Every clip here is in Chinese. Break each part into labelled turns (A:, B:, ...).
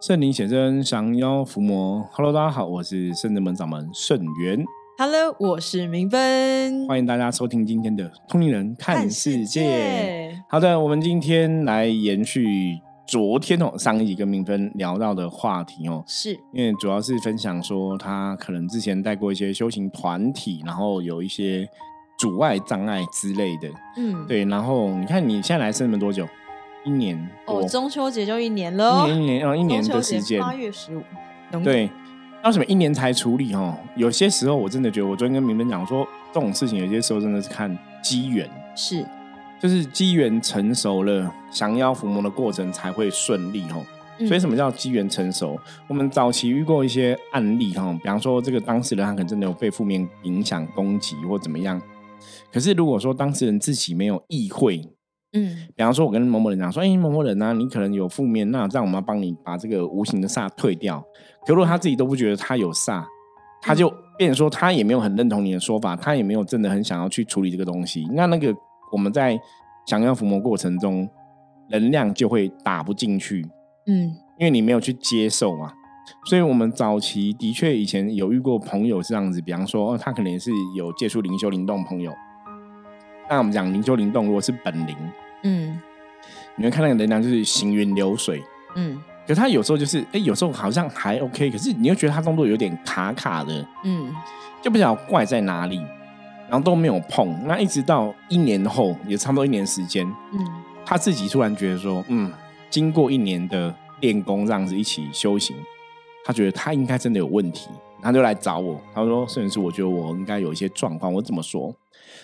A: 圣灵显真，降妖伏魔。Hello，大家好，我是圣人门掌门圣元，
B: Hello，我是明芬，
A: 欢迎大家收听今天的《通灵人看世界》。好的，我们今天来延续昨天哦上一集跟明芬聊到的话题哦，
B: 是
A: 因为主要是分享说他可能之前带过一些修行团体，然后有一些阻碍、障碍之类的。
B: 嗯，
A: 对，然后你看你现在来圣门多久？一年多，
B: 哦，中秋节就一年
A: 一
B: 喽，
A: 年一年哦，一年的时间。
B: 八月十五，农历
A: 对，那为什么一年才处理哦？有些时候我真的觉得，我昨天跟明明讲说，这种事情有些时候真的是看机缘，
B: 是
A: 就是机缘成熟了，降妖伏魔的过程才会顺利哦。所以什
B: 么？
A: 么叫机缘成熟？我们早期遇过一些案例哈，比方说这个当事人他可能真的有被负面影响攻击或怎么样。可是如果说当事人自己没有意会，
B: 嗯，
A: 比方说我跟某某人讲说，哎、某某人啊，你可能有负面，那这样我们要帮你把这个无形的煞退掉。可如果他自己都不觉得他有煞，他就变成说他也没有很认同你的说法，他也没有真的很想要去处理这个东西。那那个我们在想要伏魔过程中，能量就会打不进去。
B: 嗯
A: 因为你没有去接受嘛。所以我们早期的确以前有遇过朋友是这样子，比方说、哦、他可能也是有接触灵修灵动朋友。那我们讲灵修灵动，如果是本灵，
B: 嗯
A: 你会看那个能量就是行云流水，
B: 嗯
A: 可他有时候就是哎、诶有时候好像还 OK，可是你又觉得他动作有点卡卡的，
B: 嗯
A: 就不晓得怪在哪里，然后都没有碰。那一直到一年后，也差不多一年时间，
B: 嗯
A: 他自己突然觉得说，嗯，经过一年的练功，这样子一起修行，他觉得他应该真的有问题，他就来找我。他说：“甚至我觉得我应该有一些状况，我怎么说？”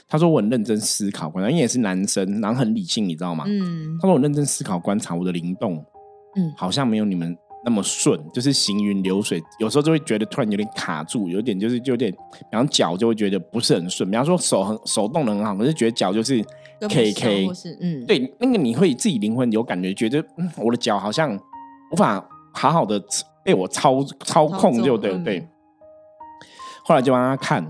A: 他说：“我很认真思考观察，因为也是男生，然后很理性，你知道吗？”
B: 嗯
A: 他说：“我认真思考观察我的灵动，
B: 嗯
A: 好像没有你们那么顺，就是行云流水，有时候就会觉得突然有点卡住，有点就是就有点，比方脚就会觉得不是很顺，比方说手很手动的很好，可是觉得脚就是
B: 跟不
A: K
B: 上
A: K，
B: 或是嗯
A: 对，那个你会自己灵魂有感觉，觉得、嗯、我的脚好像无法好好的被我操操控，就
B: 纵
A: 对
B: 嗯
A: 对。后来就帮他看，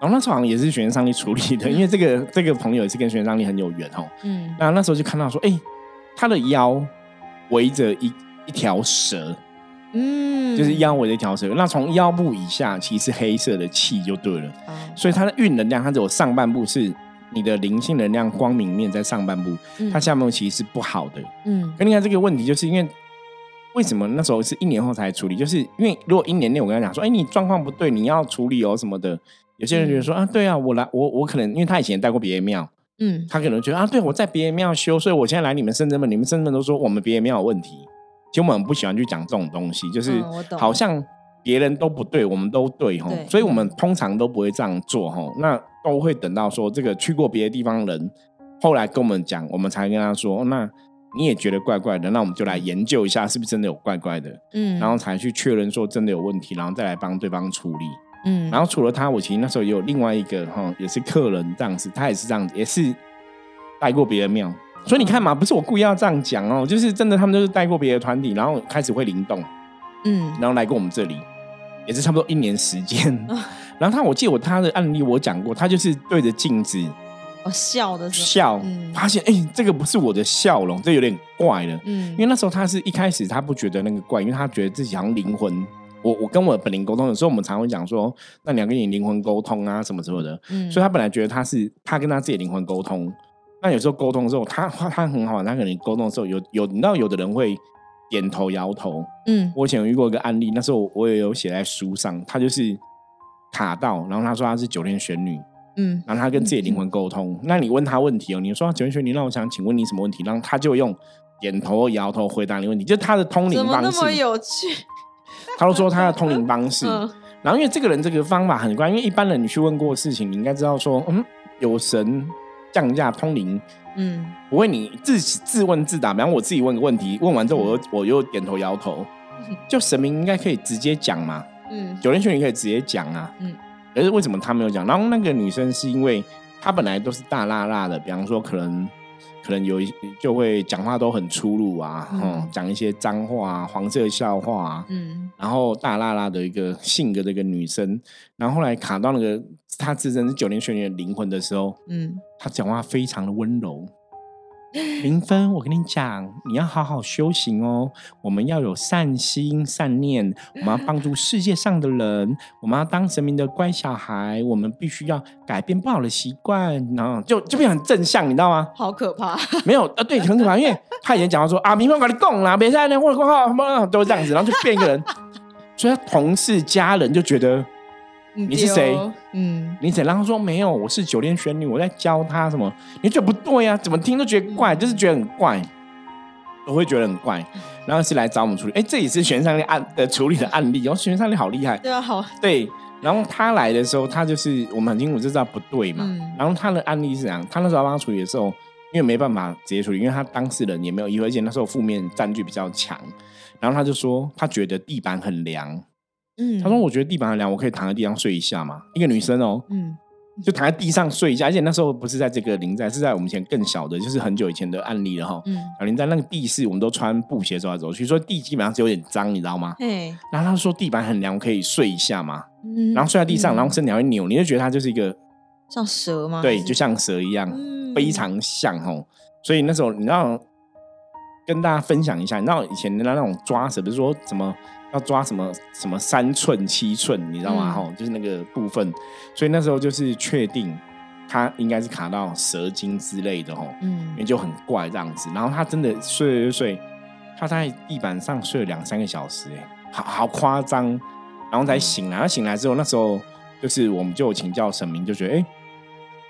A: 然后那时候好像也是玄上帝处理的，因为这个这个朋友也是跟玄上帝很有缘哦。
B: 嗯
A: 那那时候就看到说，哎、他的腰围着一一条蛇，
B: 嗯
A: 就是腰围着一条蛇。那从腰部以下其实是黑色的气就对了。
B: 啊
A: 所以它的运能量，它只有上半部是你的灵性能量光明面在上半部，
B: 嗯
A: 它下半部其实是不好的。
B: 嗯
A: 可你看这个问题，就是因为为什么那时候是一年后才处理？就是因为如果一年内我跟他讲说，哎、你状况不对，你要处理哦什么的。有些人觉得说、啊，对啊，我来，我我可能因为他以前也带过别哦人庙，
B: 嗯
A: 他可能觉得啊，对我在别人庙修，所以我现在来你们深圳门，你们深圳门都说我们别人庙有问题。其实我们很不喜欢去讲这种东西，就是
B: 嗯我懂
A: 好像别人都不对，我们都对吼，
B: 对
A: 所以我们通常都不会这样做吼，那都会等到说这个去过别的地方的人后来跟我们讲，我们才跟他说，哦那你也觉得怪怪的，那我们就来研究一下是不是真的有怪怪的，
B: 嗯，
A: 然后才去确认说真的有问题，然后再来帮对方处理。
B: 嗯
A: 然后
B: 后
A: 除了他，我其实那时候也有另外一个哈，也是客人这样子，他也是这样子，也是带过别的庙。所以你看嘛，不是我故意要这样讲哦，就是真的，他们就是带过别的团体，然后开始会灵动，
B: 嗯
A: 然后来过我们这里，也是差不多一年时间。 然后他，我记得我他的案例我讲过，他就是对着镜子
B: 我笑的时候
A: 笑，
B: 嗯
A: 发现哎、这个不是我的笑容，这有点怪了。
B: 嗯
A: 因为那时候他是一开始他不觉得那个怪，因为他觉得自己好像灵魂。我我跟我的本灵沟通，有时候我们常会讲说，那你要跟你灵魂沟通啊，什么什么的。
B: 嗯
A: 所以他本来觉得他是他跟他自己的灵魂沟通。那有时候沟通的时候，他他他很好玩，他可能沟通的时候有有，你知道有的人会点头摇头。
B: 嗯
A: 我以前有遇过一个案例，那时候我也有写在书上，他就是卡到，然后他说他是九天玄女，
B: 嗯
A: 然后他跟自己的灵魂沟通。那你问他问题哦，你说、啊、九天玄女，那我想请问你什么问题？然后他就用点头摇头回答你问题，就是他的通
B: 怎
A: 灵
B: 么
A: 方
B: 那么
A: 式。
B: 有趣？
A: 他都说他的通灵方式。
B: 嗯
A: 然后因为这个人这个方法很怪，因为一般人你去问过事情，你应该知道说，嗯，有神降价通灵，
B: 嗯
A: 不会你自己自问自答。比方我自己问个问题，问完之后我又我又点头摇头，就神明应该可以直接讲嘛，
B: 嗯
A: 九天玄女可以直接讲啊，嗯
B: 嗯，
A: 可是为什么他没有讲？然后那个女生是因为她本来都是大辣辣的，比方说可能可能有一就会讲话都很粗鲁啊，
B: 嗯
A: 嗯，讲一些脏话啊、黄色笑话啊，
B: 嗯
A: 然后大辣辣的一个性格的一个女生，然后后来卡到那个她自身是九年学员灵魂的时候，
B: 嗯
A: 她讲话非常的温柔，林芬，我跟你讲，你要好好修行哦。我们要有善心、善念，我们要帮助世界上的人，我们要当神明的乖小孩，我们必须要改变不好的习惯，然后就就变得很正向，你知道吗？
B: 好可怕，
A: 没有啊，对，很可怕，因为他以前讲到说啊，明天我跟你供啦，别在那我讲话什么都这样子，然后就变一个人，所以他同事、家人就觉得
B: 嗯
A: 你是谁
B: 对哦嗯，
A: 你怎样？然后说没有，我是九天玄女，我在教他什么，你觉得不对啊？怎么听都觉得怪，
B: 嗯
A: 就是觉得很怪，我会觉得很怪。然后是来找我们处理，哎，这也是玄上帝案呃处理的案例，然后玄上帝好厉害，
B: 对啊，好，
A: 对。然后他来的时候，他就是我们很清楚就知道不对嘛。
B: 嗯
A: 然后他的案例是这样，他那时候帮他处理的时候，因为没办法直接处理，因为他当事人也没有疑惑，而且那时候负面占据比较强。然后他就说，他觉得地板很凉，
B: 嗯，
A: 他说我觉得地板很凉，我可以躺在地上睡一下嘛。一个女生哦，
B: 嗯
A: 就躺在地上睡一下，而且那时候不是在这个林寨，是在我们以前更小的，就是很久以前的案例了哈。
B: 嗯，
A: 小林寨那个地是我们都穿布鞋走来走去，所以地基本上是有点脏，你知道吗？
B: 嘿，
A: 然后他说地板很凉，可以睡一下嘛，
B: 嗯
A: 然后睡在地上，
B: 嗯
A: 然后身体还会扭，你就觉得它就是一个
B: 像蛇吗？
A: 对，
B: 还是
A: 就像蛇一样，
B: 嗯
A: 非常像哦。所以那时候你知道，跟大家分享一下，你知道以前的那种抓蛇，比如说怎么要抓什么什么三寸七寸，你知道吗？
B: 嗯
A: 哈、就是那个部分。所以那时候就是确定它应该是卡到蛇精之类的哦，因为
B: 嗯
A: 就很怪这样子。然后他真的睡睡睡，他在地板上睡了两三个小时、哎，好好夸张。然后才醒来，他醒来之后，那时候就是我们就有请教神明，就觉得哎，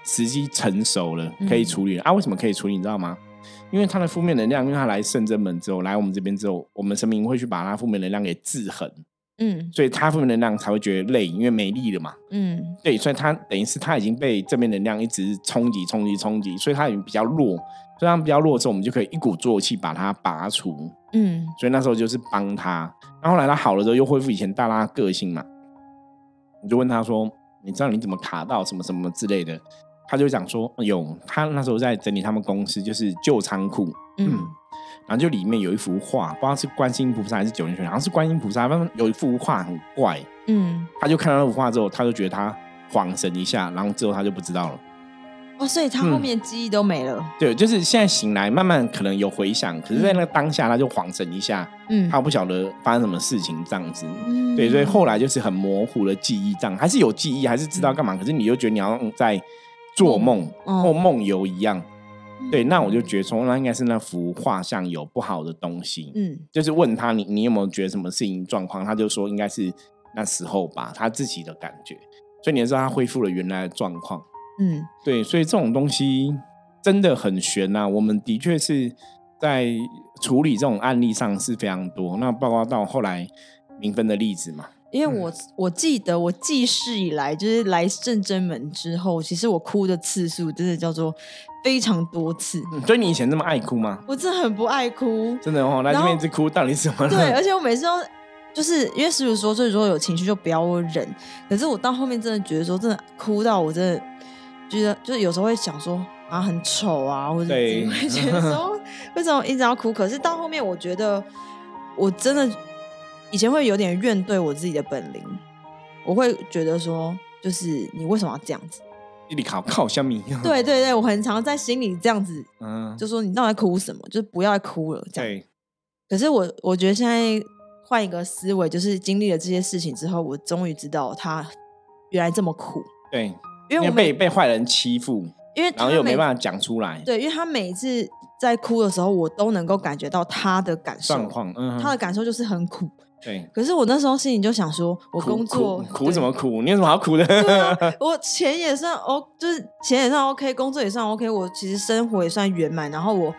A: 时机成熟了，可以处理了、啊？为什么可以处理？你知道吗？因为他的负面能量，因为他来圣真门之后，来我们这边之后，我们神明会去把他负面能量给制衡，
B: 嗯
A: 所以他负面能量才会觉得累，因为没力了嘛。
B: 嗯
A: 对，所以他等于是他已经被正面能量一直冲击、冲击、冲击，所以他已经比较弱。所以他比较弱的时候，我们就可以一鼓作气把他拔除。
B: 嗯
A: 所以那时候就是帮他。然后后来他好了之后，又恢复以前大拉个性嘛。我就问他说：“你知道你怎么卡到什么什么之类的？”他就讲说：“有，他那时候在整理他们公司，就是旧仓库，
B: 嗯
A: 然后就里面有一幅画，不知道是观世音菩萨还是九天玄女，好像是观世音菩萨，反正有一幅画很怪。
B: 嗯，
A: 他就看到那幅画之后，他就觉得他恍神一下，然后之后他就不知道了。
B: 哦，所以他
A: 嗯
B: 后面记忆都没了，
A: 对，就是现在醒来，慢慢可能有回想，可是，在那个当下，他就恍神一下，
B: 嗯，
A: 他不晓得发生什么事情这样子。
B: 嗯，
A: 对，所以后来就是很模糊的记忆，这样还是有记忆，还是知道干嘛，可是你又觉得你好像在做梦
B: 嗯
A: 或梦游一样。
B: 嗯
A: 对，那我就觉得说，那应该是那幅画像有不好的东西。
B: 嗯
A: 就是问他你你有没有觉得什么事情状况，他就说应该是那时候吧，他自己的感觉。所以你也知道他恢复了原来的状况。
B: 嗯
A: 对，所以这种东西真的很悬呐、我们的确是在处理这种案例上是非常多。那包括到后来明分的例子嘛，
B: 因为我、
A: 嗯
B: 我记得我记事以来，就是来圣真门之后，其实我哭的次数真的叫做非常多次。
A: 嗯所以你以前那么爱哭吗？
B: 我真的很不爱哭，
A: 真的哦，来
B: 然
A: 这
B: 后
A: 边一直哭，到底怎 么了？
B: 对，而且我每次都就是因为师傅说，就是如果有情绪就不要忍。可是我到后面真的觉得说，真的哭到我真的觉得，就是有时候会想说啊，很丑啊，或者自己
A: 对
B: 会觉得说为什么一直要哭？可是到后面我觉得我真的以前会有点怨对我自己的本领，我会觉得说，就是你为什么要这样子？
A: 你考考虾米？，
B: 对对对，我很常在心里这样子，
A: 嗯，
B: 就说你到底哭什么？就是不要再哭了，这样。
A: 对，
B: 可是我我觉得现在换一个思维，就是经历了这些事情之后，我终于知道他原来这么苦，
A: 对，
B: 因为我
A: 被
B: 每
A: 被坏人欺负，
B: 因为
A: 然
B: 他
A: 后又没
B: 法
A: 办法讲出来
B: 对，因为他每一次在哭的时候，我都能够感觉到他的感
A: 状
B: 受，
A: 况，嗯，
B: 他的感受就是很苦。
A: 对。
B: 可是我那时候心里就想说，我
A: 苦
B: 工作
A: 苦苦什？么苦？你有什么好 苦的？
B: 对对啊我钱也算 O，就是钱也算 OK，工作也算 OK，我其实生活也算圆满，然后我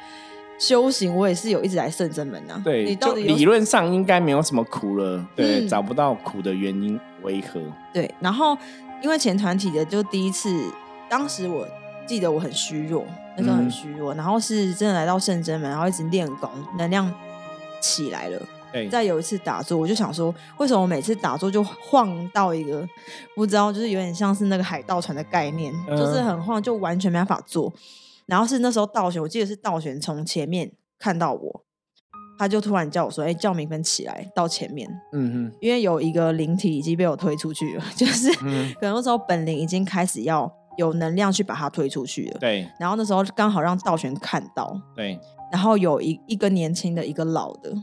B: 修行我也是有一直来圣真门啊。
A: 对，
B: 你
A: 就
B: 到底有
A: 理论上应该没有什么苦了，对，
B: 嗯
A: 找不到苦的原因为何？
B: 对，然后因为前团体的就第一次，当时我记得我很虚弱，那时候很
A: 嗯
B: 虚弱，然后是真的来到圣真门，然后一直练功，能量起来了。
A: 对，
B: 再有一次打坐，我就想说，为什么我每次打坐就晃到一个不知道，就是有点像是那个海盗船的概念，就是
A: 嗯
B: 很晃，就完全没办法坐。然后是那时候道玄，我记得是道玄从前面看到我，他就突然叫我说：“哎、叫明芬起来到前面。”
A: 嗯哼，
B: 因为有一个灵体已经被我推出去了，就是
A: 嗯
B: 可能那时候本灵已经开始要有能量去把它推出去了。
A: 对
B: 然后那时候刚好让道玄看到，
A: 对，
B: 然后有一一个年轻的，一个老的。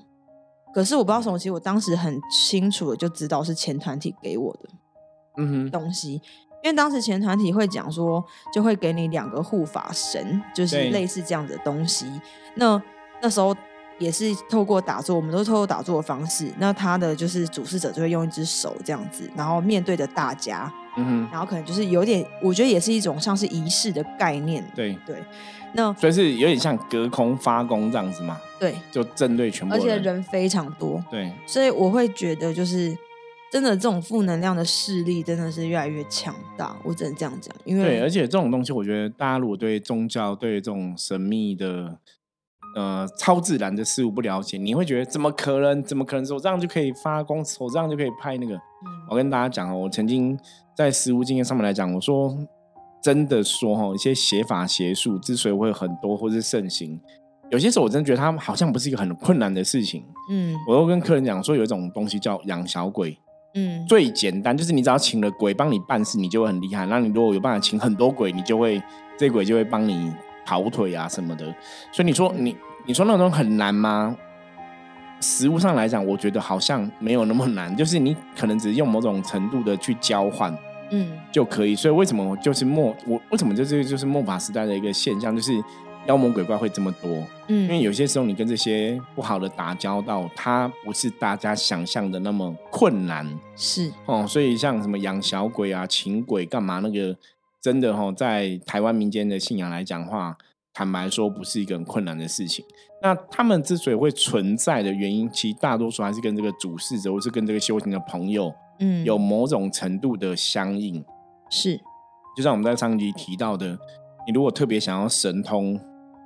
B: 可是我不知道什么，其实我当时很清楚的就知道是前团体给我的
A: 嗯哼，
B: 东西，因为当时前团体会讲说，就会给你两个护法神，就是
A: 对
B: 类似这样子的东西。那那时候也是透过打坐，我们都是透过打坐的方式。那他的就是主事者就会用一只手这样子，然后面对着大家，
A: 嗯哼，
B: 然后可能就是有点，我觉得也是一种像是仪式的概念。
A: 对，
B: 那
A: 所以是有点像隔空发功这样子嘛，
B: 对，
A: 就针对全部
B: 而且
A: 人，
B: 人非常多，
A: 对，
B: 所以我会觉得就是真的这种负能量的势力真的是越来越强大，我只能这样讲，因
A: 对，而
B: 为
A: 且这种东西，我觉得大家如果对宗教、对这种神秘的、呃超自然的事物不了解，你会觉得怎么可能？怎么可能手杖就可以发光，手杖就可以拍那个？我跟大家讲哦，我曾经在实务经验上面来讲，我说真的说哈、哦，一些写法邪术之所以会很多或是盛行，有些时候我真的觉得它好像不是一个很困难的事情。
B: 嗯
A: 我都跟客人讲说，有一种东西叫养小鬼，
B: 嗯
A: 最简单就是你只要请了鬼帮你办事，你就会很厉害。那你如果有办法请很多鬼，你就会这鬼就会帮你跑腿啊什么的。所以你说你你说那种很难吗？实物上来讲，我觉得好像没有那么难， 就是你可能只是用某种程度的去交换
B: 嗯
A: 就可以。所以为什么就是末我为什么就是就是末法时代的一个现象，就是妖魔鬼怪会这么多？因为
B: 嗯
A: 有些时候你跟这些不好的打交道，它不是大家想象的那么困难。
B: 是
A: 哦，所以像什么养小鬼啊、请鬼干嘛那个，真的哦，在台湾民间的信仰来讲的话，坦白说不是一个很困难的事情。那他们之所以会存在的原因，其实大多数还是跟这个主事者或是跟这个修行的朋友
B: 嗯
A: 有某种程度的相应。
B: 是
A: 就像我们在上一集提到的，你如果特别想要神通，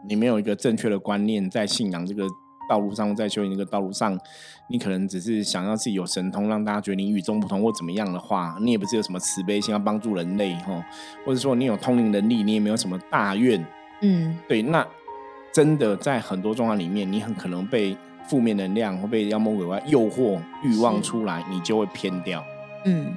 A: 你没有一个正确的观念，在信仰这个道路上，在修行这个道路上，你可能只是想要自己有神通，让大家觉得你与众不同或怎么样的话，你也不是有什么慈悲心要帮助人类哦，或者说你有通灵能力，你也没有什么大愿，
B: 嗯
A: 对，那真的在很多状况里面，你很可能被负面能量或被妖魔鬼怪诱惑、欲望
B: 是
A: 出来，你就会偏掉。
B: 嗯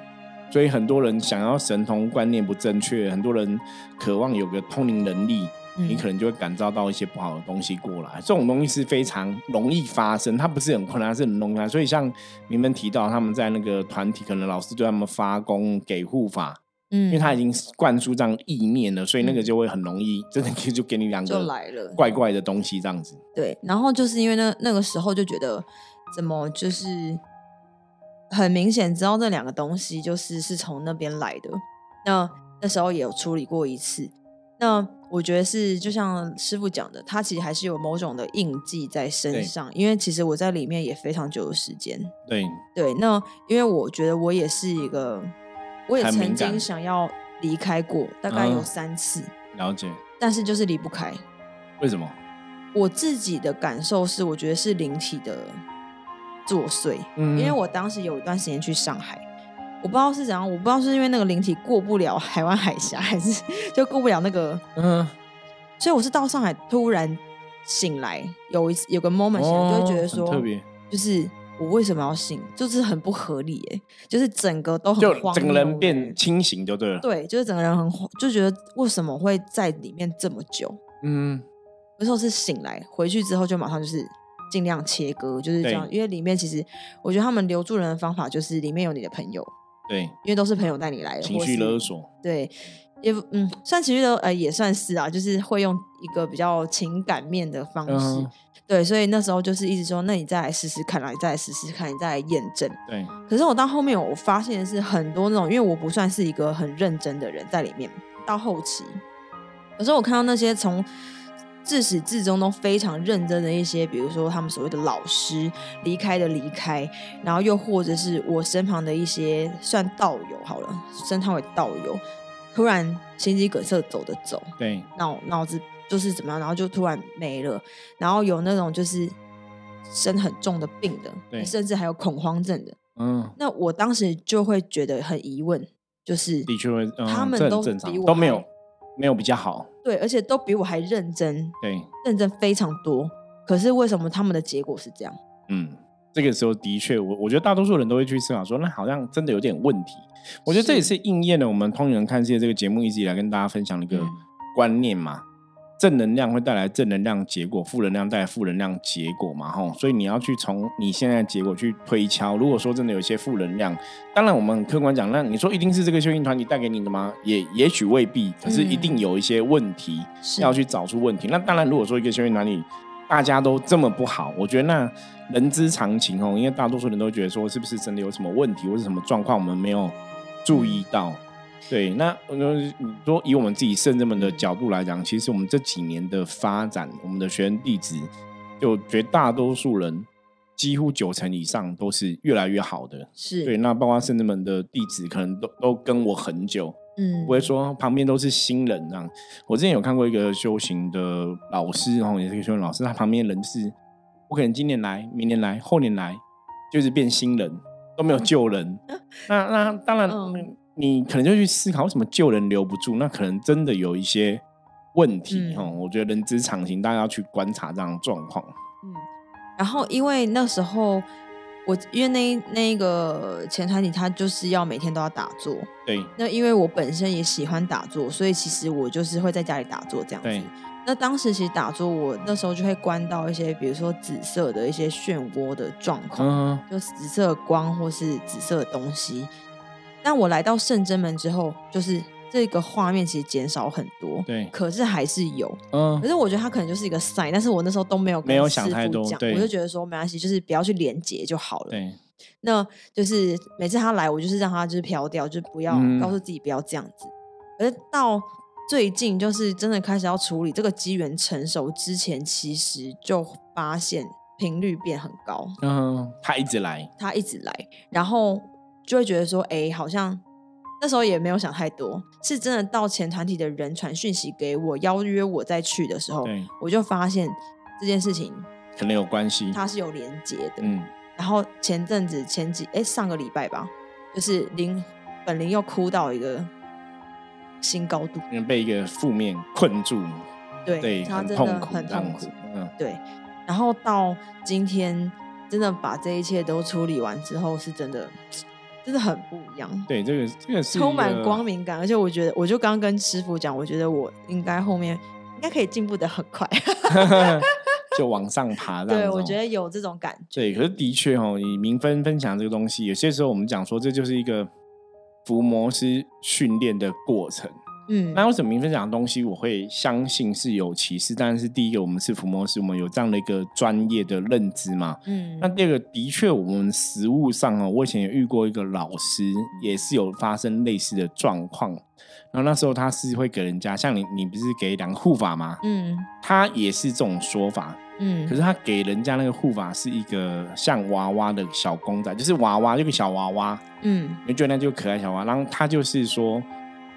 A: 所以很多人想要神通观念不正确，很多人渴望有个通灵能力，
B: 嗯
A: 你可能就会感召到一些不好的东西过来。这种东西是非常容易发生，它不是很困难，它是很容易发生。所以像你们提到他们在那个团体，可能老师对他们发功给护法，
B: 嗯，
A: 因为他已经灌输这样意念了，所以那个就会很容易，真的就给你两
B: 就
A: 个
B: 来了，
A: 怪怪的东西这样子。
B: 对，然后就是因为那那个时候就觉得怎么就是很明显知道这两个东西就是是从那边来的。那那时候也有处理过一次。那我觉得是就像师傅讲的，他其实还是有某种的印记在身
A: 对
B: 上，因为其实我在里面也非常久的时间。
A: 对，
B: 对，那因为我觉得我也是一个，我也
A: 很敏
B: 曾
A: 感
B: 经想要离开过，大概有
A: 嗯
B: 三次，
A: 了解。
B: 但是就是离不开。
A: 为什么？
B: 我自己的感受是，我觉得是灵体的作祟，
A: 嗯
B: 因为我当时有一段时间去上海，我不知道是怎样，我不知道是因为那个灵体过不了台湾海峡，还是就过不了那个，
A: 嗯
B: 所以我是到上海突然醒来，有一次有个 moment 醒来，就会觉得
A: 哦很
B: 说，
A: 特别，
B: 就是我为什么要醒，就是很不合理耶、就是整个都很
A: 就
B: 荒
A: 整个人
B: 谬
A: 变
B: 耶
A: 清醒就对了。
B: 对，就是整个人很慌就觉得为什么会在里面这么久，
A: 嗯。
B: 那时候是醒来，回去之后就马上就是尽量切割，就是这样。
A: 对
B: 因为里面其实我觉得他们留住人的方法就是里面有你的朋友，
A: 对，
B: 因为都是朋友带你来的，
A: 情
B: 或
A: 绪
B: 是
A: 勒索，
B: 对，也不嗯，算情绪勒呃也算是啊，就是会用一个比较情感面的方式。
A: 嗯，
B: 对，所以那时候就是一直说，那你再来试试看啦，啊你再来试试看，你再来验证。
A: 对，
B: 可是我到后面我发现的是很多那种，因为我不算是一个很认真的人，在里面到后期，可是我看到那些从自始至终都非常认真的一些，比如说他们所谓的老师离开的离开，然后又或者是我身旁的一些算道友好了，称他为道友，突然心肌梗塞走的走，
A: 对，
B: 脑脑子就是怎么样，然后就突然没了，然后有那种就是生很重的病的，
A: 对
B: 甚至还有恐慌症的。
A: 嗯，
B: 那我当时就会觉得很疑问，就是
A: 的确会，嗯
B: 他们
A: 这很
B: 都
A: 正常
B: 比，我
A: 都没有
B: 还
A: 没有比较好，
B: 对，而且都比我还认真，
A: 对，
B: 认真非常多。可是为什么他们的结果是这样？
A: 嗯，这个时候的确，我我觉得大多数人都会去思考说，那好像真的有点问题。我觉得这也是应验了我们《通人看世界》这个节目一直以来跟大家分享的一个
B: 嗯
A: 观念嘛。正能量会带来正能量结果，负能量带来负能量结果嘛，吼，所以你要去从你现在的结果去推敲。如果说真的有一些负能量，当然我们很客观讲，那你说一定是这个修行团体带给你的吗？也也许未必，可是一定有一些问题。
B: 是
A: 要去找出问题。那当然，如果说一个修行团体大家都这么不好，我觉得那人之常情哦，因为大多数人都觉得说是不是真的有什么问题或是什么状况，我们没有注意
B: 嗯
A: 到。对，那呃你说以我们自己圣这门的角度来讲，其实我们这几年的发展，我们的学员弟子，就绝大多数人几乎九成以上都是越来越好的。
B: 是
A: 对，那包括圣智门的弟子，可能都都跟我很久，
B: 嗯
A: 不会说旁边都是新人这样。我之前有看过一个修行的老师，然后也是一个修行老师，他旁边人是，我可能今年来，明年来，后年来，就是变新人，都没有救人。 那那当然，
B: 嗯
A: 你可能就去思考为什么救人留不住，那可能真的有一些问题
B: 嗯
A: 哦。我觉得人之常情，大家要去观察这样的状况。
B: 嗯，然后因为那时候我因为那一那一个前团体他就是要每天都要打坐，
A: 对
B: 那因为我本身也喜欢打坐，所以其实我就是会在家里打坐这样
A: 对
B: 子。那当时其实打坐，我那时候就会关到一些，比如说紫色的一些漩涡的状况，
A: 嗯，
B: 就紫色的光或是紫色的东西。但我来到圣真门之后，就是这个画面其实减少很多，
A: 对
B: 可是还是有。
A: 嗯
B: 可，是我觉得它可能就是一个 sign，但是我那时候都没有跟
A: 没有
B: 师
A: 想太
B: 父
A: 多
B: 讲
A: 对
B: 我就觉得说没关系，就是不要去连接就好了。
A: 对
B: 那就是每次他来，我就是让他就是飘掉，就不要、
A: 嗯
B: 告诉自己不要这样子。可是到最近，就是真的开始要处理这个机缘成熟之前，其实就发现频率变很高，
A: 嗯，他一直来，
B: 他一直来，然后就会觉得说，哎、好像那时候也没有想太多，是真的到前团体的人传讯息给我，邀约我再去的时候，
A: 对，
B: 我就发现这件事情
A: 可能有关系。
B: 它是有连接的。
A: 嗯，
B: 然后前阵子前几哎上个礼拜吧，就是林本林又哭到一个新高度，
A: 因为被一个负面困住。
B: 对，
A: 对，
B: 他
A: 很
B: 真
A: 痛
B: 的
A: 苦，
B: 很
A: 这
B: 痛
A: 样
B: 苦
A: 子，，嗯，
B: 对。然后到今天真的把这一切都处理完之后，是真的真的很不一样，
A: 对，这个这个是
B: 充
A: 一
B: 满
A: 个
B: 光，明感。而且我觉得，我就刚跟师傅讲，我觉得我应该后面应该可以进步的很快。
A: 就往上爬这样子哦。
B: 对，我觉得有这种感觉。
A: 对，可是的确哦，以明分分享这个东西，有些时候我们讲说这就是一个伏魔师训练的过程。
B: 嗯，
A: 那为什么明分享的东西我会相信是有其事？当然是第一个，我们是伏魔师，我们有这样的一个专业的认知嘛。
B: 嗯，
A: 那第二个，的确，我们实物上哦，我以前也遇过一个老师，也是有发生类似的状况。然后那时候他是会给人家，像你，你不是给两个护法吗？
B: 嗯
A: 他也是这种说法，
B: 嗯，
A: 可是他给人家那个护法是一个像娃娃的小公仔，就是娃娃，就个小娃娃，
B: 嗯
A: 你就觉得那就可爱小娃。然后他就是说，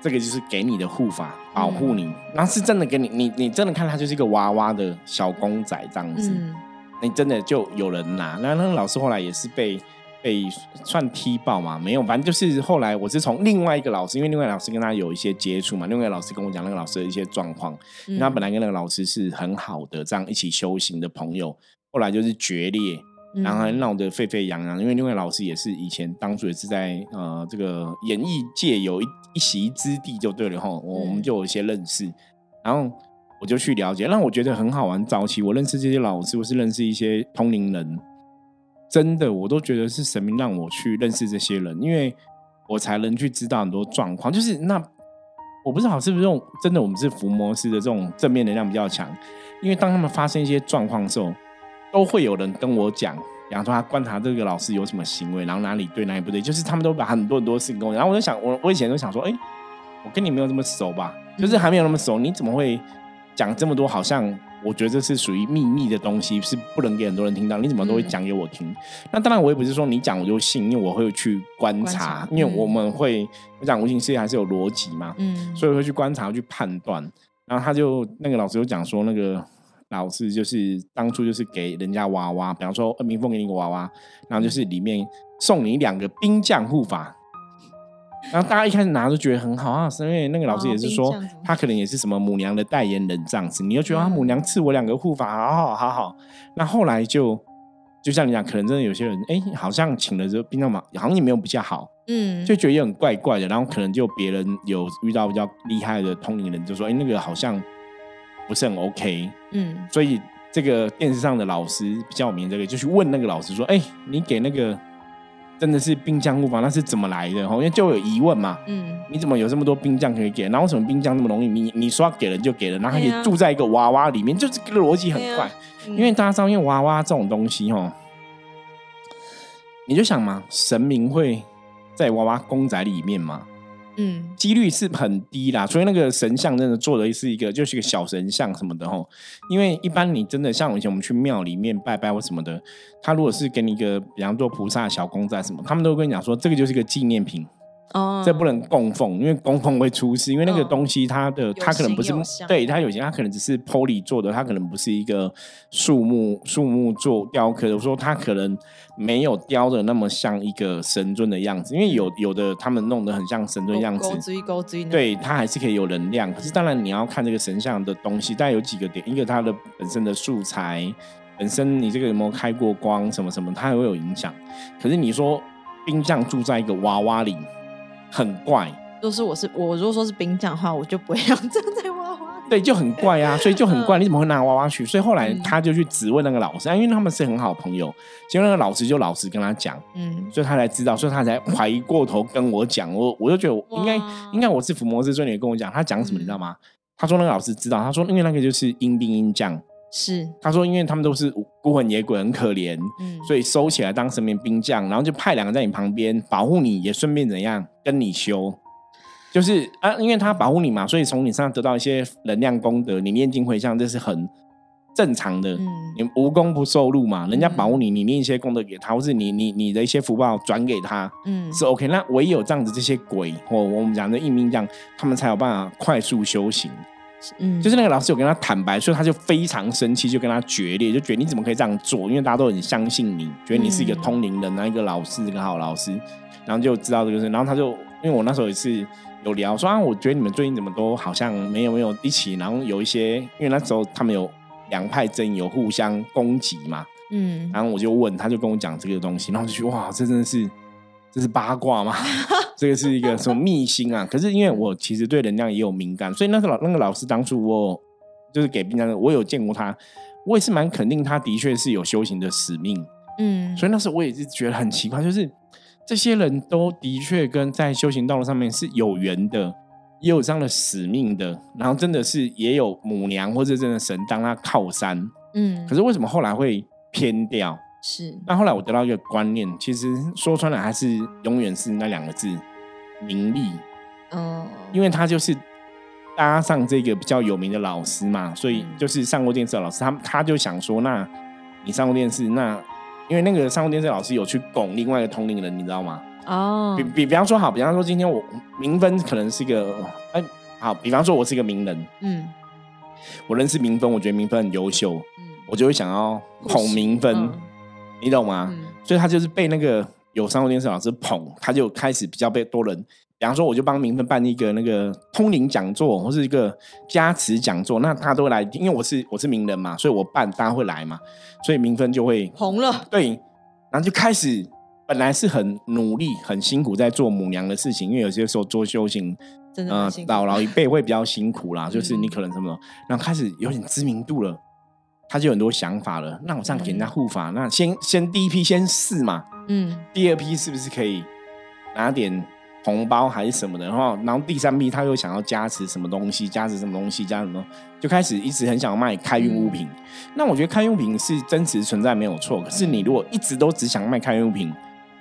A: 这个就是给你的护法，保护
B: 嗯
A: 你。然后是真的给你，你你真的看他就是一个娃娃的小公仔这样子。
B: 嗯
A: 你真的就有人拿。那那个老师后来也是被被算踢爆嘛？没有，反正就是后来我是从另外一个老师，因为另外一个老师跟他有一些接触嘛，另外一个老师跟我讲那个老师的一些状况，因
B: 嗯，
A: 为他本来跟那个老师是很好的，这样一起修行的朋友，后来就是决裂。然后还
B: 嗯
A: 闹得沸沸扬扬，因为另外一个老师也是以前当初也是在呃这个演艺界有一一席之地就对了哈，我我们
B: 嗯
A: 就有一些认识，然后我就去了解，让我觉得很好玩。早期我认识这些老师，或是认识一些通灵人，真的我都觉得是神明让我去认识这些人，因为我才能去知道很多状况。就是那我不知道是不是这种真的我们是伏魔师的这种正面能量比较强，因为当他们发生一些状况的时候，都会有人跟我讲，比方说他观察这个老师有什么行为，然后哪里对哪里不对，就是他们都把很多很多事情跟我讲。然后我就想，我我以前都想说，哎、我跟你没有这么熟吧，
B: 嗯
A: 就是还没有那么熟，你怎么会讲这么多？好像我觉得这是属于秘密的东西，是不能给很多人听到，你怎么
B: 嗯
A: 都会讲给我听？那当然，我也不是说你讲我就信，因为我会去观察，
B: 观察
A: 因为
B: 嗯
A: 我们会我讲无形世界还是有逻辑嘛，
B: 嗯，
A: 所以会去观察、去判断。然后他就那个老师就讲说，那个老师就是当初就是给人家娃娃，比方说呃明凤给你一个娃娃，然后就是里面送你两个冰将护法。然后大家一开始拿都觉得很好啊，是因为那个老师
B: 哦
A: 也是
B: 冰
A: 说
B: 将怎么，
A: 他可能也是什么母娘的代言人这样子，你就觉得啊，
B: 嗯
A: 母娘赐我两个护法，好好好好。那后来就就像你讲，可能真的有些人，哎，好像请了之后，冰糖马好像也没有比较好，
B: 嗯，
A: 就觉得也很怪怪的。然后可能就别人有遇到比较厉害的通灵人，就说，哎，那个好像不是很 OK。
B: 嗯
A: 所以这个电视上的老师比较有名，这个就去问那个老师说，哎，你给那个真的是冰浆护法，那是怎么来的？哦，因为就有疑问嘛。
B: 嗯，
A: 你怎么有这么多冰酱可以给？然后为什么冰酱那么容易？你你说要给人就给人，然后还可
B: 对啊
A: 以住在一个娃娃里面，就这个逻辑很
B: 对啊
A: 怪。
B: 嗯
A: 因为大家知道，因为娃娃这种东西哦，你就想嘛，神明会在娃娃公仔里面嘛，
B: 嗯
A: 几率是很低啦。所以那个神像真的做的是一个，就是一个小神像什么的吼。因为一般你真的像以前我们去庙里面拜拜或什么的，他如果是给你一个，比方做菩萨小公仔什么，他们都会跟你讲说，这个就是一个纪念品。
B: 哦，
A: 这不能供奉，因为供奉会出事。因为那个
B: 嗯
A: 东西它的、它可能不是
B: 有形有相
A: 对它有形，它可能只是 poly 做的，它可能不是一个树木树木做雕刻的。我说它可能没有雕的那么像一个神尊的样子，因为有有的他们弄得很像神尊样
B: 嗯勾
A: 子。
B: 追勾追，，
A: 对，它还是可以有能量，可是当然你要看这个神像的东西，但有几个点，一个它的本身的素材，本身你这个有没有开过光，什么什么，它也会有影响。可是你说冰将住在一个娃娃里，很怪，
B: 都是我是我，如果说是冰酱的话，我就不会让站在娃娃里。
A: 对，就很怪啊，所以就很怪，你怎么会拿娃娃去？所以后来
B: 嗯
A: 他就去质问那个老师，啊因为他们是很好朋友，结果那个老师就老实跟他讲，
B: 嗯，
A: 所以他才知道，所以他才怀疑过头跟我讲，我我就觉得我应该
B: 哇
A: 应该我是伏魔师，所以你跟我讲，他讲什么
B: 嗯
A: 你知道吗？他说那个老师知道，他说因为那个就是阴兵阴将，
B: 是，
A: 他说因为他们都是孤魂野鬼，很可怜，
B: 嗯，
A: 所以收起来当神明兵将，然后就派两个在你旁边保护你，也顺便怎样跟你修，就是啊，因为他保护你嘛，所以从你身上得到一些能量功德，你念经回向这是很正常的。
B: 嗯，
A: 你无功不受禄嘛，人家保护你，你念一些功德给他，或是你你你的一些福报转给他，
B: 嗯
A: 是 OK。那唯有这样子，这些鬼或我们讲的硬命将，他们才有办法快速修行。
B: 嗯，
A: 就是那个老师有跟他坦白，所以他就非常生气，就跟他决裂，就觉得你怎么可以这样做？因为大家都很相信你，觉得你是一个通灵人，然啊后一个老师，一个好老师，然后就知道这个事。然后他就因为我那时候也是有聊说啊，我觉得你们最近怎么都好像没有没有一起，然后有一些因为那时候他们有两派争议，有互相攻击嘛。
B: 嗯，
A: 然后我就问，他就跟我讲这个东西，然后我就觉得哇，这真的是这是八卦吗？ 这个是一个什么秘辛啊？可是因为我其实对能量也有敏感，所以那个老那个老师当初我就是给冰箱的，我有见过他，我也是蛮肯定他的确是有修行的使命。
B: 嗯，
A: 所以那时候我也是觉得很奇怪，就是这些人都的确跟在修行道路上面是有缘的，也有这样的使命的，然后真的是也有母娘或者真的神当他靠山。
B: 嗯，
A: 可是为什么后来会偏掉？
B: 是，
A: 那后来我得到一个观念，其实说穿了还是永远是那两个字——名利，
B: 嗯，
A: 因为他就是搭上这个比较有名的老师嘛，所以
B: 嗯
A: 就是上过电视的老师，他他就想说，那你上过电视，那因为那个上过电视的老师有去拱另外一个同龄人，你知道吗？
B: 哦
A: 比，比比方说好，比方说今天我明分可能是一个，哎、好，比方说我是一个名人，
B: 嗯
A: 我认识明分，我觉得明分很优秀，
B: 嗯，
A: 我就会想要捧明分，
B: 嗯
A: 你懂吗？
B: 嗯
A: 所以他就是被那个有上过电视老师捧，他就开始比较被多人。比方说，我就帮明芬办一个那个通灵讲座，或是一个加持讲座，那他都会来，因为我是我是名人嘛，所以我办大家会来嘛，所以明芬就会
B: 红了，
A: 对，然后就开始本来是很努力、很辛苦在做母娘的事情，因为有些时候做修行，
B: 真的
A: 呃
B: 蛮辛，苦
A: 姥姥一辈会比较辛苦 啦，就是
B: 嗯
A: 你可能什么，然后开始有点知名度了，他就有很多想法了，那我这样给人家护法，那先先第一批先试嘛，
B: 嗯
A: 第二批是不是可以拿点红包还是什么的？然后，然后第三批他又想要加持什么东西，加持什么东西，加持什么东西，就开始一直很想要卖开运
B: 嗯
A: 物品。那我觉得开运物品是真实存在没有错，可是你如果一直都只想卖开运物品，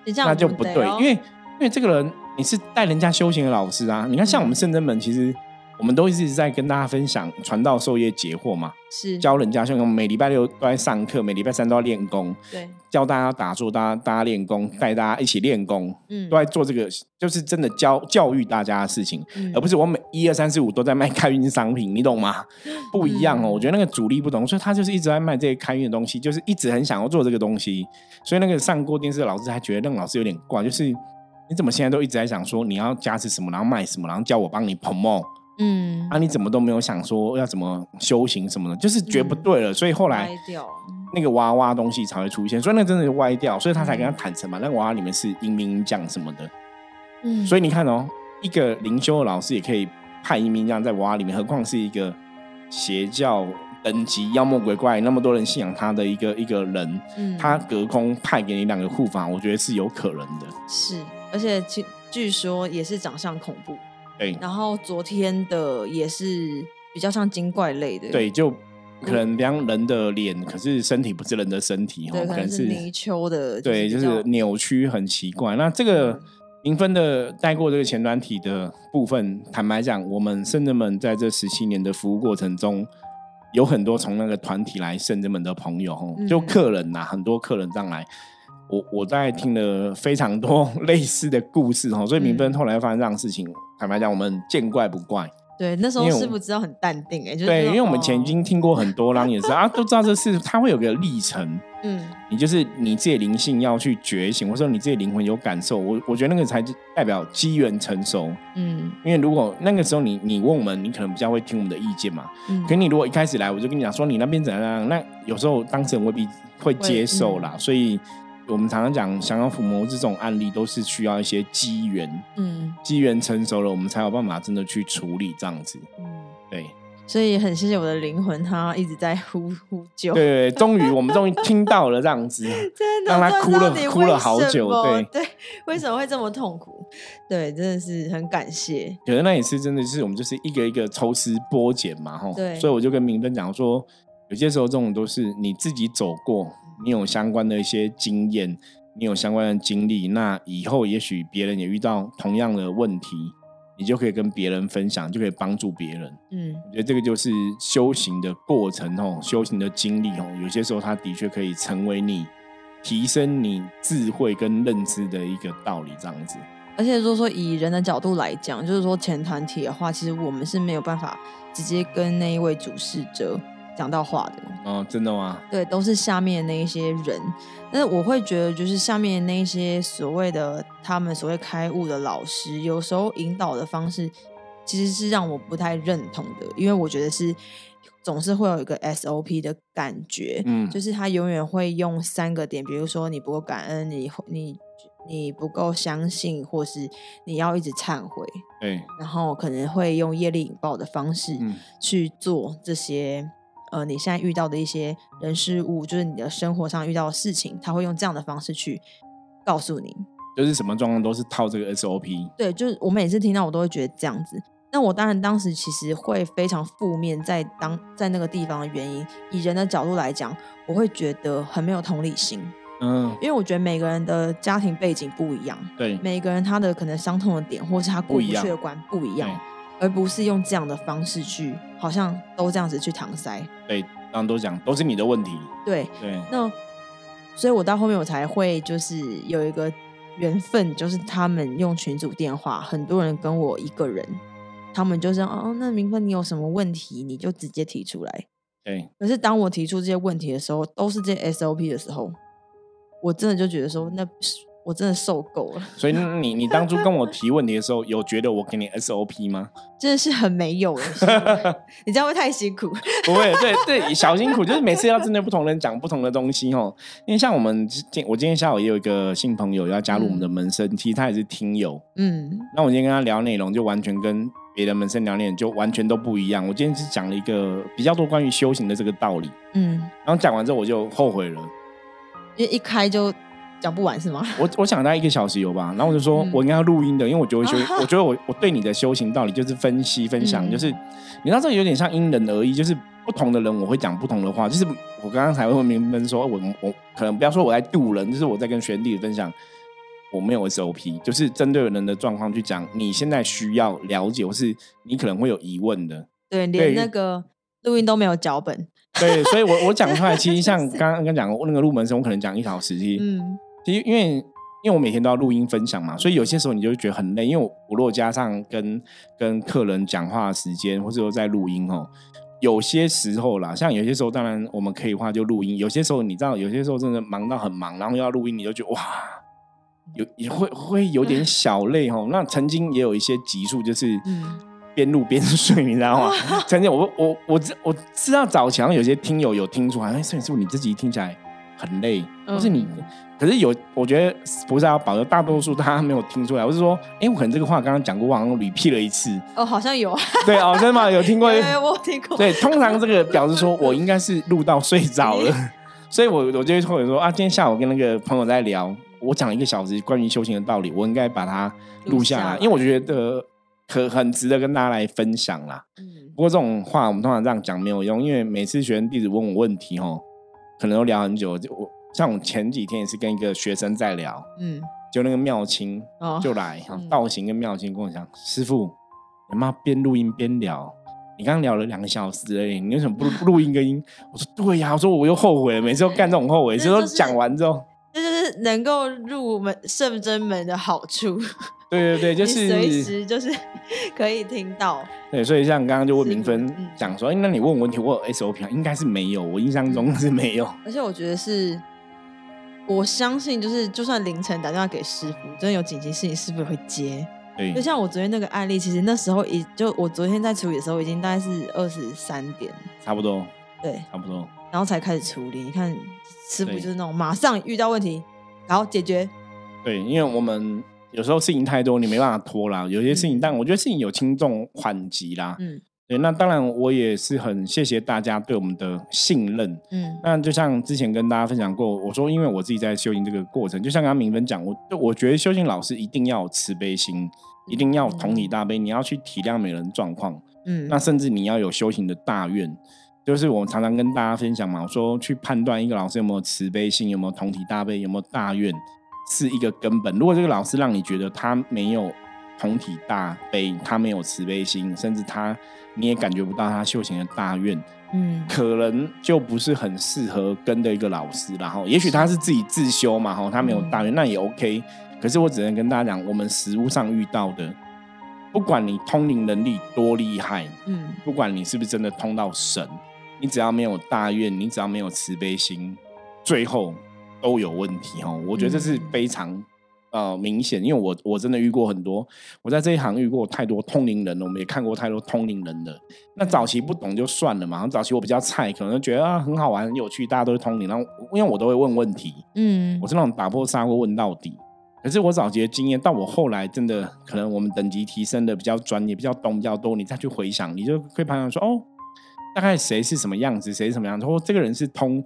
B: 你这样
A: 那就不
B: 得
A: 对，
B: 哦
A: 因为因为这个人你是带人家修行的老师啊。你看，像我
B: 嗯
A: 们圣真门，其实我们都一直在跟大家分享传道授业解惑嘛，
B: 是
A: 教人家像我们每礼拜六都在上课，每礼拜三都要练功。
B: 对，
A: 教大家打坐，大家大家练功，带大家一起练功，
B: 嗯
A: 都在做这个，就是真的教教育大家的事情，
B: 嗯
A: 而不是我每一二三四五都在卖开运商品，你懂吗？不一样哦，
B: 嗯
A: 我觉得那个主力不同，所以他就是一直在卖这些开运的东西，就是一直很想要做这个东西，所以那个上过电视的老师还觉得那个老师有点怪，就是你怎么现在都一直在想说你要加持什么，然后卖什么，然后叫我帮你 promo。
B: 嗯
A: 啊，你怎么都没有想说要怎么修行什么的，就是觉得不对了，所以后来
B: 歪掉，
A: 那个娃娃东西才会出现，所以那真的是歪掉，所以他才跟他坦诚嘛，那个娃娃里面是阴兵阴将什么的，
B: 嗯，
A: 所以
B: 以
A: 你看哦，一个灵修的老师也可以派阴兵阴将在娃娃里面，何况是一个邪教等级妖魔鬼怪那么多人信仰他的一个一个人，
B: 嗯
A: 他隔空派给你两个护法，我觉得是有可能的。
B: 是，而且据据说也是长相恐怖，
A: 对
B: 然后昨天的也是比较像精怪类的，
A: 对，就可能量人的脸，可是身体不是人的身体哦，
B: 对，可能
A: 是
B: 泥鳅的，
A: 对，就
B: 比
A: 是
B: 较嗯
A: 扭曲很奇怪。那这个零分的带过这个前端体的部分，坦白讲，我们圣人们在这十七年的服务过程中，有很多从那个团体来圣人们的朋友，吼
B: 嗯
A: 就客人呐、很多客人上来。我我在听了非常多 类似的故事哦，所以明芬
B: 嗯
A: 后来发生这样的事情，坦白讲，我们见怪不怪。
B: 对，那时候
A: 因为我
B: 师傅知道很淡定、哎，就是
A: 对，
B: 那
A: 因
B: 种
A: 为我们以前已，
B: 哦
A: 经听过很多狼也是啊，都知道这是它会有个历程，
B: 嗯
A: 你就是你自己灵性要去觉醒，或者说你自己灵魂有感受，我我觉得那个才代表机缘成熟。
B: 嗯
A: 因为如果那个时候你你问我们，你可能比较会听我们的意见嘛。
B: 嗯，
A: 可你如果一开始来，我就跟你讲说你那边怎样怎样，那有时候当事人未必会接受啦。所以我们常常讲，想要抚摸这种案例，都是需要一些机缘，
B: 嗯
A: 机缘成熟了，我们才有办法真的去处理这样子。
B: 嗯，
A: 对。
B: 所以很谢谢我的灵魂，它一直在呼呼救，
A: 对，终于我们终于听到了这样子。
B: 真的
A: 让他
B: 不
A: 哭
B: 知道
A: 了
B: 你
A: 哭
B: 为
A: 了好
B: 什
A: 久
B: 么
A: 对
B: 对，为什么会这么痛苦？对，真的是很感谢，
A: 可能那也是真的是我们就是一个一个抽丝剥茧嘛，吼。
B: 对
A: 所以我就跟明芬讲说，有些时候这种都是你自己走过，你
B: 嗯
A: 有相关的一些经验，你有相关的经历，那以后也许别人也遇到同样的问题，你就可以跟别人分享，就可以帮助别人。
B: 嗯
A: 我觉得这个就是修行的过程哦，修行的经历哦，有些时候它的确可以成为你提升你智慧跟认知的一个道理，这样子。
B: 而且如果说以人的角度来讲，就是说前团体的话，其实我们是没有办法直接跟那一位主事者讲到话的，
A: 哦，真的吗？
B: 对，都是下面的那一些人。但是我会觉得，就是下面的那一些所谓的他们所谓开悟的老师，有时候引导的方式其实是让我不太认同的，因为我觉得是总是会有一个 SOP 的感觉，
A: 嗯，
B: 就是他永远会用三个点，比如说你不够感恩，你你你不够相信，或是你要一直忏悔，
A: 对，
B: 然后可能会用业力引爆的方式
A: 嗯
B: 去做这些。呃，你现在遇到的一些人事物，就是你的生活上遇到的事情，他会用这样的方式去告诉你。
A: 就是什么状况都是套这个 SOP。
B: 对，就是我每次听到我都会觉得这样子。那我当然当时其实会非常负面，在当在那个地方的原因，以人的角度来讲，我会觉得很没有同理心。
A: 嗯，
B: 因为我觉得每个人的家庭背景不一样，
A: 对，
B: 每个人他的可能伤痛的点，或是他过
A: 不
B: 不
A: 一样
B: 去的关不一样，
A: 对
B: 而不是用这样的方式去，好像都这样子去搪塞。
A: 对，刚刚都讲都是你的问题。
B: 对，
A: 对，
B: 那所以我到后面我才会就是有一个缘分，就是他们用群组电话，很多人跟我一个人，他们就说哦，那明芬你有什么问题你就直接提出来。
A: 对，
B: 可是当我提出这些问题的时候，都是这些 SOP 的时候，我真的就觉得说，那我真的受够了，
A: 所以你你当初跟我提问题的时候，有觉得我给你 SOP 吗？
B: 真的是很没有的事情， 你这样会太辛苦。
A: 不会，对对，小辛苦，就是每次要针对不同人讲不同的东西哦。因为像我们今我今天下午也有一个新朋友要加入我们的门生，其实他也是听友。
B: 嗯
A: 那我今天跟他聊内容，就完全跟别的门生聊内容就完全都不一样。我今天是讲了一个比较多关于修行的这个道理，
B: 嗯，
A: 然后讲完之后我就后悔了。
B: 因为一开就讲不完是吗？
A: 我我想大概一个小时有吧，然后我就说
B: 嗯
A: 我应该要录音的，因为我觉得修，
B: 啊
A: 我觉得我我对你的修行道理就是分析分享，
B: 嗯
A: 就是你知道这有点像因人而异，就是不同的人我会讲不同的话，就是我刚刚才会明分说，我我可能不要说我在度人，就是我在跟学弟分享。我没有 SOP，就是针对人的状况去讲，你现在需要了解，或是你可能会有疑问的，
B: 对，
A: 对
B: 连那个录音都没有脚本。
A: 对，所以我我讲出来，其实 像刚刚刚讲那个入门生，我可能讲一小时，其实
B: 嗯
A: 其实因为因为我每天都要录音分享嘛，所以有些时候你就会觉得很累，因为我我如果加上跟跟客人讲话的时间，或者说在录音哦，有些时候啦，像有些时候当然我们可以话就录音，有些时候你知道，有些时候真的忙到很忙，然后要录音，你就觉得哇。有也会会有点小累哦。那曾经也有一些集数，就是
B: 嗯
A: 边录边睡，你知道吗？曾经我我我知我知道早期好像有些听友有听出来，哎，摄影师傅你自己听起来很累，
B: 嗯
A: 不是你，可是有我觉得不是要保留大多数大家没有听出来，我是说，哎，我可能这个话刚刚讲过，我好像 repeat 了一 次，
B: 哦，好像有，
A: 对哦，真的吗？有听过？
B: 对， 我有听 过，
A: 对，通常这个表示说我应该是录到睡着 了，所以我我就会或者说啊，今天下午跟那个朋友在聊，我讲了一个小时关于修行的道理，我应该把它录下
B: 录下
A: 来
B: 来，
A: 因为我觉得可很值得跟大家来分享啦。
B: 嗯，
A: 不过这种话我们通常这样讲没有用，因为每次学生弟子问我问题哦，可能都聊很久。就我像我前几天也是跟一个学生在聊，
B: 嗯，
A: 就那个妙清
B: 哦，
A: 就来哈
B: 嗯
A: 道行跟妙清跟我讲，师傅，你妈边录音边聊。你刚刚聊了两个小时而已，你为什么不不录音 跟音？我说对呀、我说我又后悔了，每次都干这种后悔，
B: 这
A: 所以都
B: 就是
A: 讲完之后，
B: 这就是能够入门圣真门的好处，
A: 对对对，就
B: 你随
A: 是
B: 时就是 可以听到，
A: 对，所以像刚刚就问明
B: 是
A: 芬
B: 的嗯
A: 讲说，哎、那你问我问题，我有 SOP 啊应该是没有，我印象
B: 嗯
A: 中是没有。
B: 而且我觉得是。我相信，就是就算凌晨打电话给师傅，真的有紧急事情，师傅也会接。
A: 对
B: 就，像我昨天那个案例，其实那时候已就我昨天在处理的时候，已经大概是二十三点，
A: 差不多，
B: 对，
A: 差不多。
B: 然后才开始处理。你看师傅
A: 对
B: 就是那种马上遇到问题，然后解决，
A: 对，因为我们有时候事情太多，你没办法拖啦。有些事情，
B: 嗯
A: 但我觉得事情有轻重缓急啦。
B: 嗯
A: 对，那当然我也是很谢谢大家对我们的信任。
B: 嗯
A: 那就像之前跟大家分享过，我说因为我自己在修行这个过程，就像刚刚明芬讲，我就我觉得修行老师一定要有慈悲心，一定要有同理大悲，你要去体谅每人状况。
B: 嗯，
A: 那甚至你要有修行的大愿，就是我常常跟大家分享嘛，我说去判断一个老师有没有慈悲心，有没有同体大悲，有没有大愿，是一个根本。如果这个老师让你觉得他没有同体大悲，他没有慈悲心，甚至他你也感觉不到他修行的大愿，
B: 嗯
A: 可能就不是很适合跟的一个老师啦齁。然后也许他是自己自修嘛，哈，他没有大愿，那也 OK。可是我只能跟大家讲，我们实务上遇到的，不管你通灵能力多厉害，
B: 嗯
A: 不管你是不是真的通到神，你只要没有大愿，你只要没有慈悲心，最后都有问题哦。我觉得这是非常、呃明显，因为我我真的遇过很多，我在这一行遇过太多通灵人了，我们也看过太多通灵人了。那早期不懂就算了嘛，然后早期我比较菜，可能觉得啊很好玩、很有趣，大家都会通灵，然后因为我都会问问题，
B: 嗯
A: 我是那种打破砂锅问到底。可是我早期的经验，到我后来真的可能我们等级提升的比较专业、比较懂、比较多，你再去回想，你就会判断说，哦，大概谁是什么样子，谁是什么样子，或这个人是通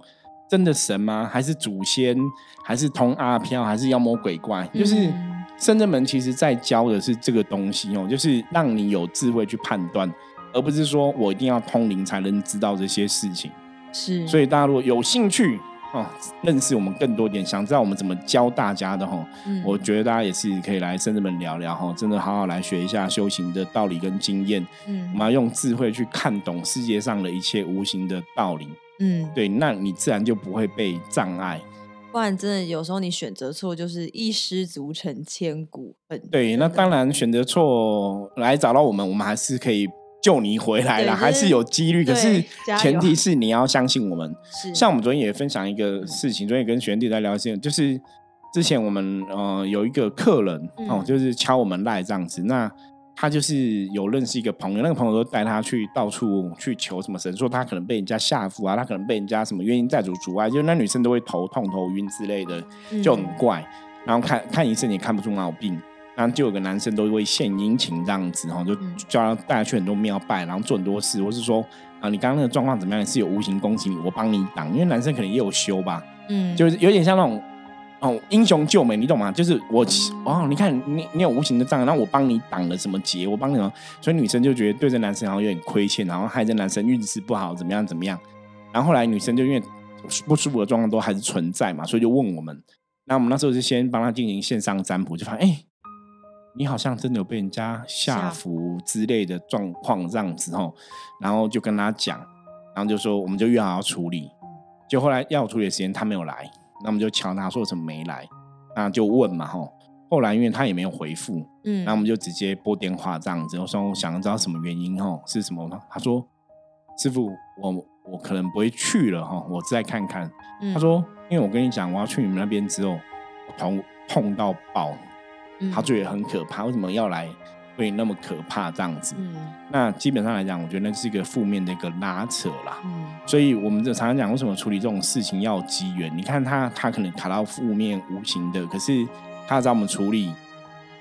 A: 真的神吗？还是祖先？还是通阿飘？还是妖魔鬼怪？就是
B: 嗯
A: 深圳门其实在教的是这个东西哦，就是让你有智慧去判断，而不是说我一定要通灵才能知道这些事情。
B: 是，
A: 所
B: 以
A: 以大家如果有兴趣哦，认识我们更多一点，想知道我们怎么教大家的哈，
B: 嗯
A: 我觉得大家也是可以来深圳们聊聊哈，真的好好来学一下修行的道理跟经验，我
B: 嗯
A: 们要用智慧去看懂世界上的一切无形的道理，
B: 嗯，
A: 对，那你自然就不会被障碍。
B: 不然真的有时候你选择错，就是一失足成千古恨。
A: 对，那当然选择错来找到我们，我们还是可以救你回来啦，
B: 对就是
A: 还是有几率，可是
B: 对加油
A: 前提是你要相信我们。
B: 是
A: 像我们昨天也分享一个事情，昨天也跟学弟在聊天，就是之前我们呃有一个客人、
B: 嗯
A: 哦，就是敲我们赖这样子，那他就是有认识一个朋友，那个朋友都带他去到处去求什么神，说他可能被人家下蛊啊，他可能被人家什么冤因债主阻碍，就那女生都会头痛、头晕之类的，
B: 嗯
A: 就很怪，然后看看医生也看不出毛病。然后就有个男生都会献殷勤这样子，然后就
B: 嗯
A: 叫他带他去很多庙拜，然后做很多事，或是说啊，你刚刚那个状况怎么样？是有无形攻击你，我帮你挡。因为男生可能也有修吧，
B: 嗯，
A: 就是有点像那种哦英雄救美，你懂吗？就是我哦，你看你你有无形的障碍，然后我帮你挡了什么劫，我帮你什么，所以女生就觉得对这男生好像有点亏欠，然后害这男生运势不好，怎么样怎么样。然后后来女生就因为不舒服的状况都还是存在嘛，所以就问我们，那我们那时候就先帮他进行线上占卜，就发现哎。你好像真的有被人家下
B: 下
A: 伏之类的状况这样子哦，然后就跟他讲，然后就说我们就约好要处理，就后来要处理的时间他没有来，那我们就敲他说怎么没来，那就问嘛吼。后来因为他也没有回复，
B: 嗯，
A: 那我们就直接拨电话这样子，我说我想知道什么原因吼，是什么呢？他说师傅，我我可能不会去了哈，我再看看。
B: 嗯
A: 他，说因为我跟你讲我要去你们那边之后，我头痛到爆，
B: 嗯
A: 他觉得很可怕，为什么要来对那么可怕这样子。
B: 嗯
A: 那基本上来讲，我觉得那是一个负面的一个拉扯啦。
B: 嗯
A: 所以我们就常常讲，为什么处理这种事情要有机缘？你看他，他可能卡到负面无形的，可是他找我们处理，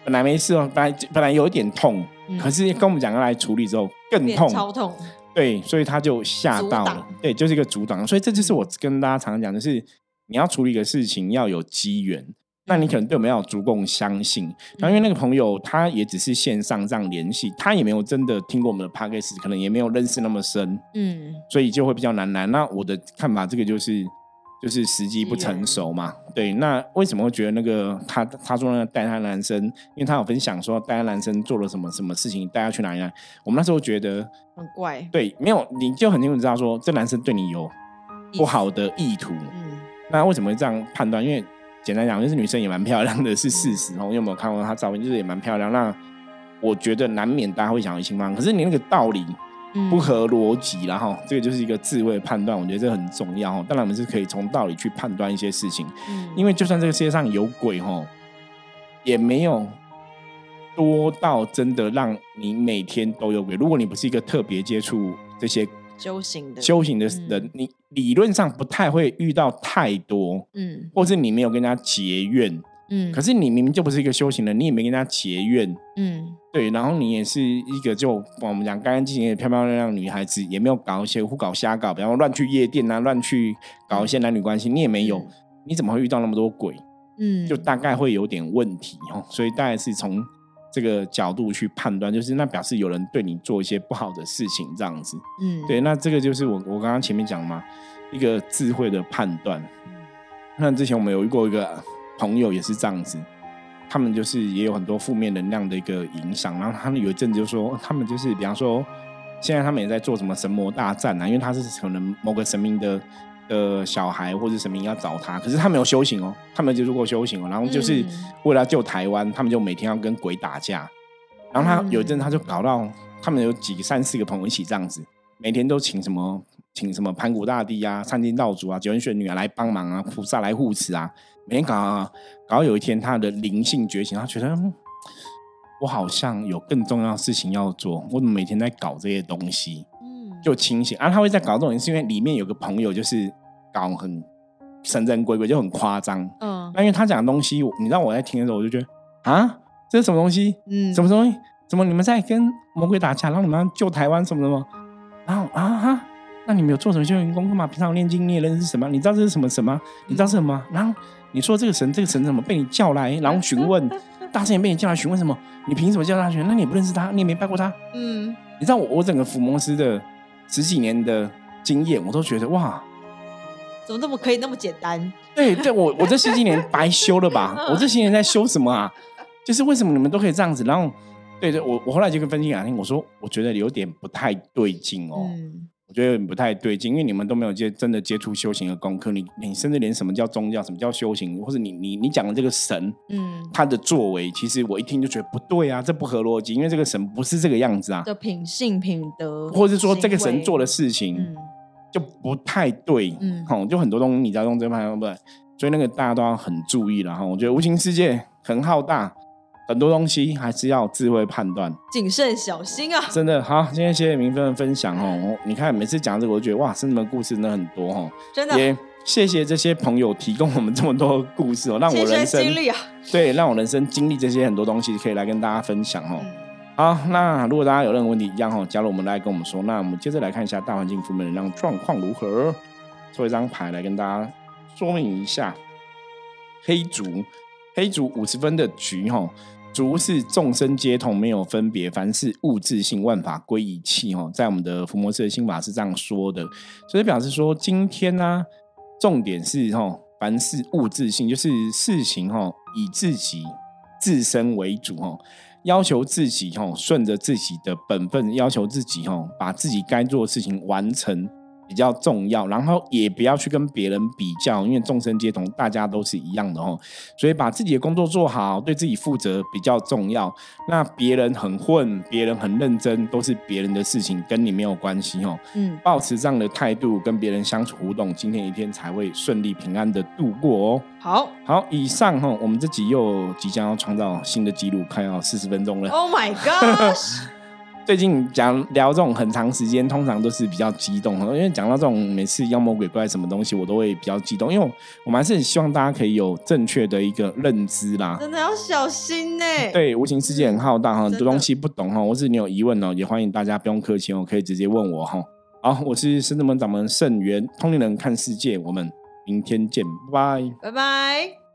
A: 本来没事哦，本来本来有一点痛，
B: 嗯
A: 可是跟我们讲要来处理之后更
B: 变
A: 痛，
B: 超痛，嗯
A: 对，所以他就吓到
B: 阻
A: 了
B: 挡，
A: 对，就是一个阻挡。所以这就是我跟大家常常讲，就是你要处理一个事情要有机缘，
B: 嗯
A: 那你可能对我们要有足够相信。然后因为那个朋友他也只是线上这样联系，他也没有真的听过我们的 podcast，可能也没有认识那么深，
B: 嗯
A: 所以就会比较难来。那我的看法，这个就是就是时机不成熟嘛。对，那为什么会觉得那个他他说那个戴安男生，因为他有分享说戴安男生做了什么什么事情，带他去哪里呢？我们那时候觉得。
B: 很怪，
A: 对，没有，你就很清楚知道说这男生对你有不好的意图。
B: 嗯
A: 那为什么会这样判断？因为简单讲，就是女生也蛮漂亮的，是事实哦。因为有没有看过她照片，就是也蛮漂亮。那我觉得难免大家会想要一性方，可是你那个道理
B: 嗯
A: 不合逻辑啦，然后这个就是一个智慧判断，我觉得这很重要哦。当然，我们是可以从道理去判断一些事情，
B: 嗯
A: 因为就算这个世界上有鬼哦，也没有多到真的让你每天都有鬼。如果你不是一个特别接触这些
B: 修行的
A: 修行的人，
B: 嗯
A: 你理论上不太会遇到太多，
B: 嗯
A: 或是你没有跟人家结怨。
B: 嗯，
A: 可
B: 是
A: 是你明明就不是一个修行人，你也没跟人家结怨，
B: 嗯
A: 对，然后你也是一个就我们讲干干净净、的漂漂亮亮的女孩子，也没有搞一些胡搞瞎搞，比方说乱去夜店啊，乱去搞一些男女关系，你也没有，
B: 嗯
A: 你怎么会遇到那么多鬼？
B: 嗯
A: 就大概会有点问题哦，所以大概是从这个角度去判断，就是那表示有人对你做一些不好的事情这样子。
B: 嗯
A: 对，那这个就是我我刚刚前面讲嘛，一个智慧的判断。
B: 嗯
A: 那之前我们有遇过一个朋友也是这样子，他们就是也有很多负面能量的一个影响，然后他们有一阵子就说，他们就是比方说，现在他们也在做什么神魔大战啊，因为他是可能某个神明的的小孩或者神明要找他，可是他没有修行哦，他没有接触过修行哦，然后就是
B: 嗯
A: 为了要救台湾，他们就每天要跟鬼打架，然后他有一阵子他就搞到他们有几个三四个朋友一起这样子，每天都请什么请什么盘古大帝啊、参天道祖啊、九天玄女啊来帮忙啊、菩萨来护持啊，每天搞啊搞到有一天他的灵性觉醒，他觉得。嗯我好像有更重要的事情要做，我怎么每天在搞这些东西？
B: 嗯
A: 就清醒啊。他会在搞这种，是因为里面有个朋友就是搞很神神鬼鬼，就很夸张。
B: 嗯
A: 那因为他讲的东西，我你知道我在听的时候，我就觉得啊，这是什么东西？
B: 嗯
A: 什么东西？怎么你们在跟魔鬼打架，让你们要救台湾什么什么？然后啊哈、那你们有做什么救援工作吗？平常有念经你也认识什么？你知道这是什么什么？你知道是什么吗？然后你说这个神，这个神怎么被你叫来，然后询问，大神也被你叫来询问什么？你凭什么叫他询问？那你也不认识他，你也没拜过他，
B: 嗯
A: 你知道我我整个福摩斯的十几年的经验，我都觉得哇，
B: 怎么那么可以那么简单？
A: 对对，我我这十几年白修了吧？我这十几年在修什么啊？就是为什么你们都可以这样子？然后，对对，我我后来就跟分析给他听，我说我觉得有点不太对劲哦，
B: 嗯
A: 我觉得有点不太对劲，因为你们都没有接真的接触修行的功课，你你甚至连什么叫宗教、什么叫修行，或者你你你讲的这个神
B: 嗯，
A: 他的作为，其实我一听就觉得不对啊，这不合逻辑，因为这个神不是这个样子啊，
B: 的品性、品德，
A: 或者是说这个神做的
B: 了，
A: 事情。
B: 嗯
A: 就不太对，嗯
B: 嗯，
A: 吼，就很多东西你在用这判断不对，所以那个大家都要很注意了哈。吼我觉得无形世界很浩大，很多东西还是要智慧判断，
B: 谨慎小心啊。
A: 真的好。今天谢谢明芬的分享哦，我你看每次讲这个，我就觉得哇，真的故事真的很多哦，
B: 真的，
A: 也谢谢这些朋友提供我们这么多的故事哦，让我
B: 亲身
A: 人生
B: 经历啊，
A: 对，让我人生经历这些很多东西，可以来跟大家分享哦。
B: 嗯，
A: 好，那如果大家有任何问题，一样哦，加入我们来跟我们说。那我们接着来看一下大环境负面能量状况如何，做一张牌来跟大家说明一下。黑竹，黑竹五十分的局哈、哦，竹是众生皆同，没有分别，凡是物质性，万法归一气哦。在我们的伏魔师的心法是这样说的，所以表示说今天呢、重点是哈、哦，凡是物质性，就是事情哈、哦，以自己自身为主哈、哦。要求自己吼，顺着自己的本分，要求自己吼，把自己该做的事情完成，比较重要，然后也不要去跟别人比较，因为众生皆同，大家都是一样的哦。所以把自己的工作做好，对自己负责比较重要。那别人很混，别人很认真，都是别人的事情，跟你没有关系哦。
B: 嗯，
A: 保持这样的态度跟别人相处互动，今天一天才会顺利平安的度过哦。
B: 嗯好
A: 好，以上哈，我们这集又即将要创造新的纪录，快要四十分钟了。
B: ，Oh my gosh，
A: 最近讲聊这种很长时间，通常都是比较激动，因为讲到这种每次妖魔鬼怪什么东西，我都会比较激动，因为我我们还是很希望大家可以有正确的一个认知啦。
B: 真的要小心呢、，
A: 对，无形世界很浩大哈，很多
B: 真的
A: 东西不懂哈，或是你有疑问哦，也欢迎大家不用客气哦，可以直接问我哈。好，我是深圳门掌门盛元，通灵人看世界，我们明天见，拜拜。
B: 拜拜。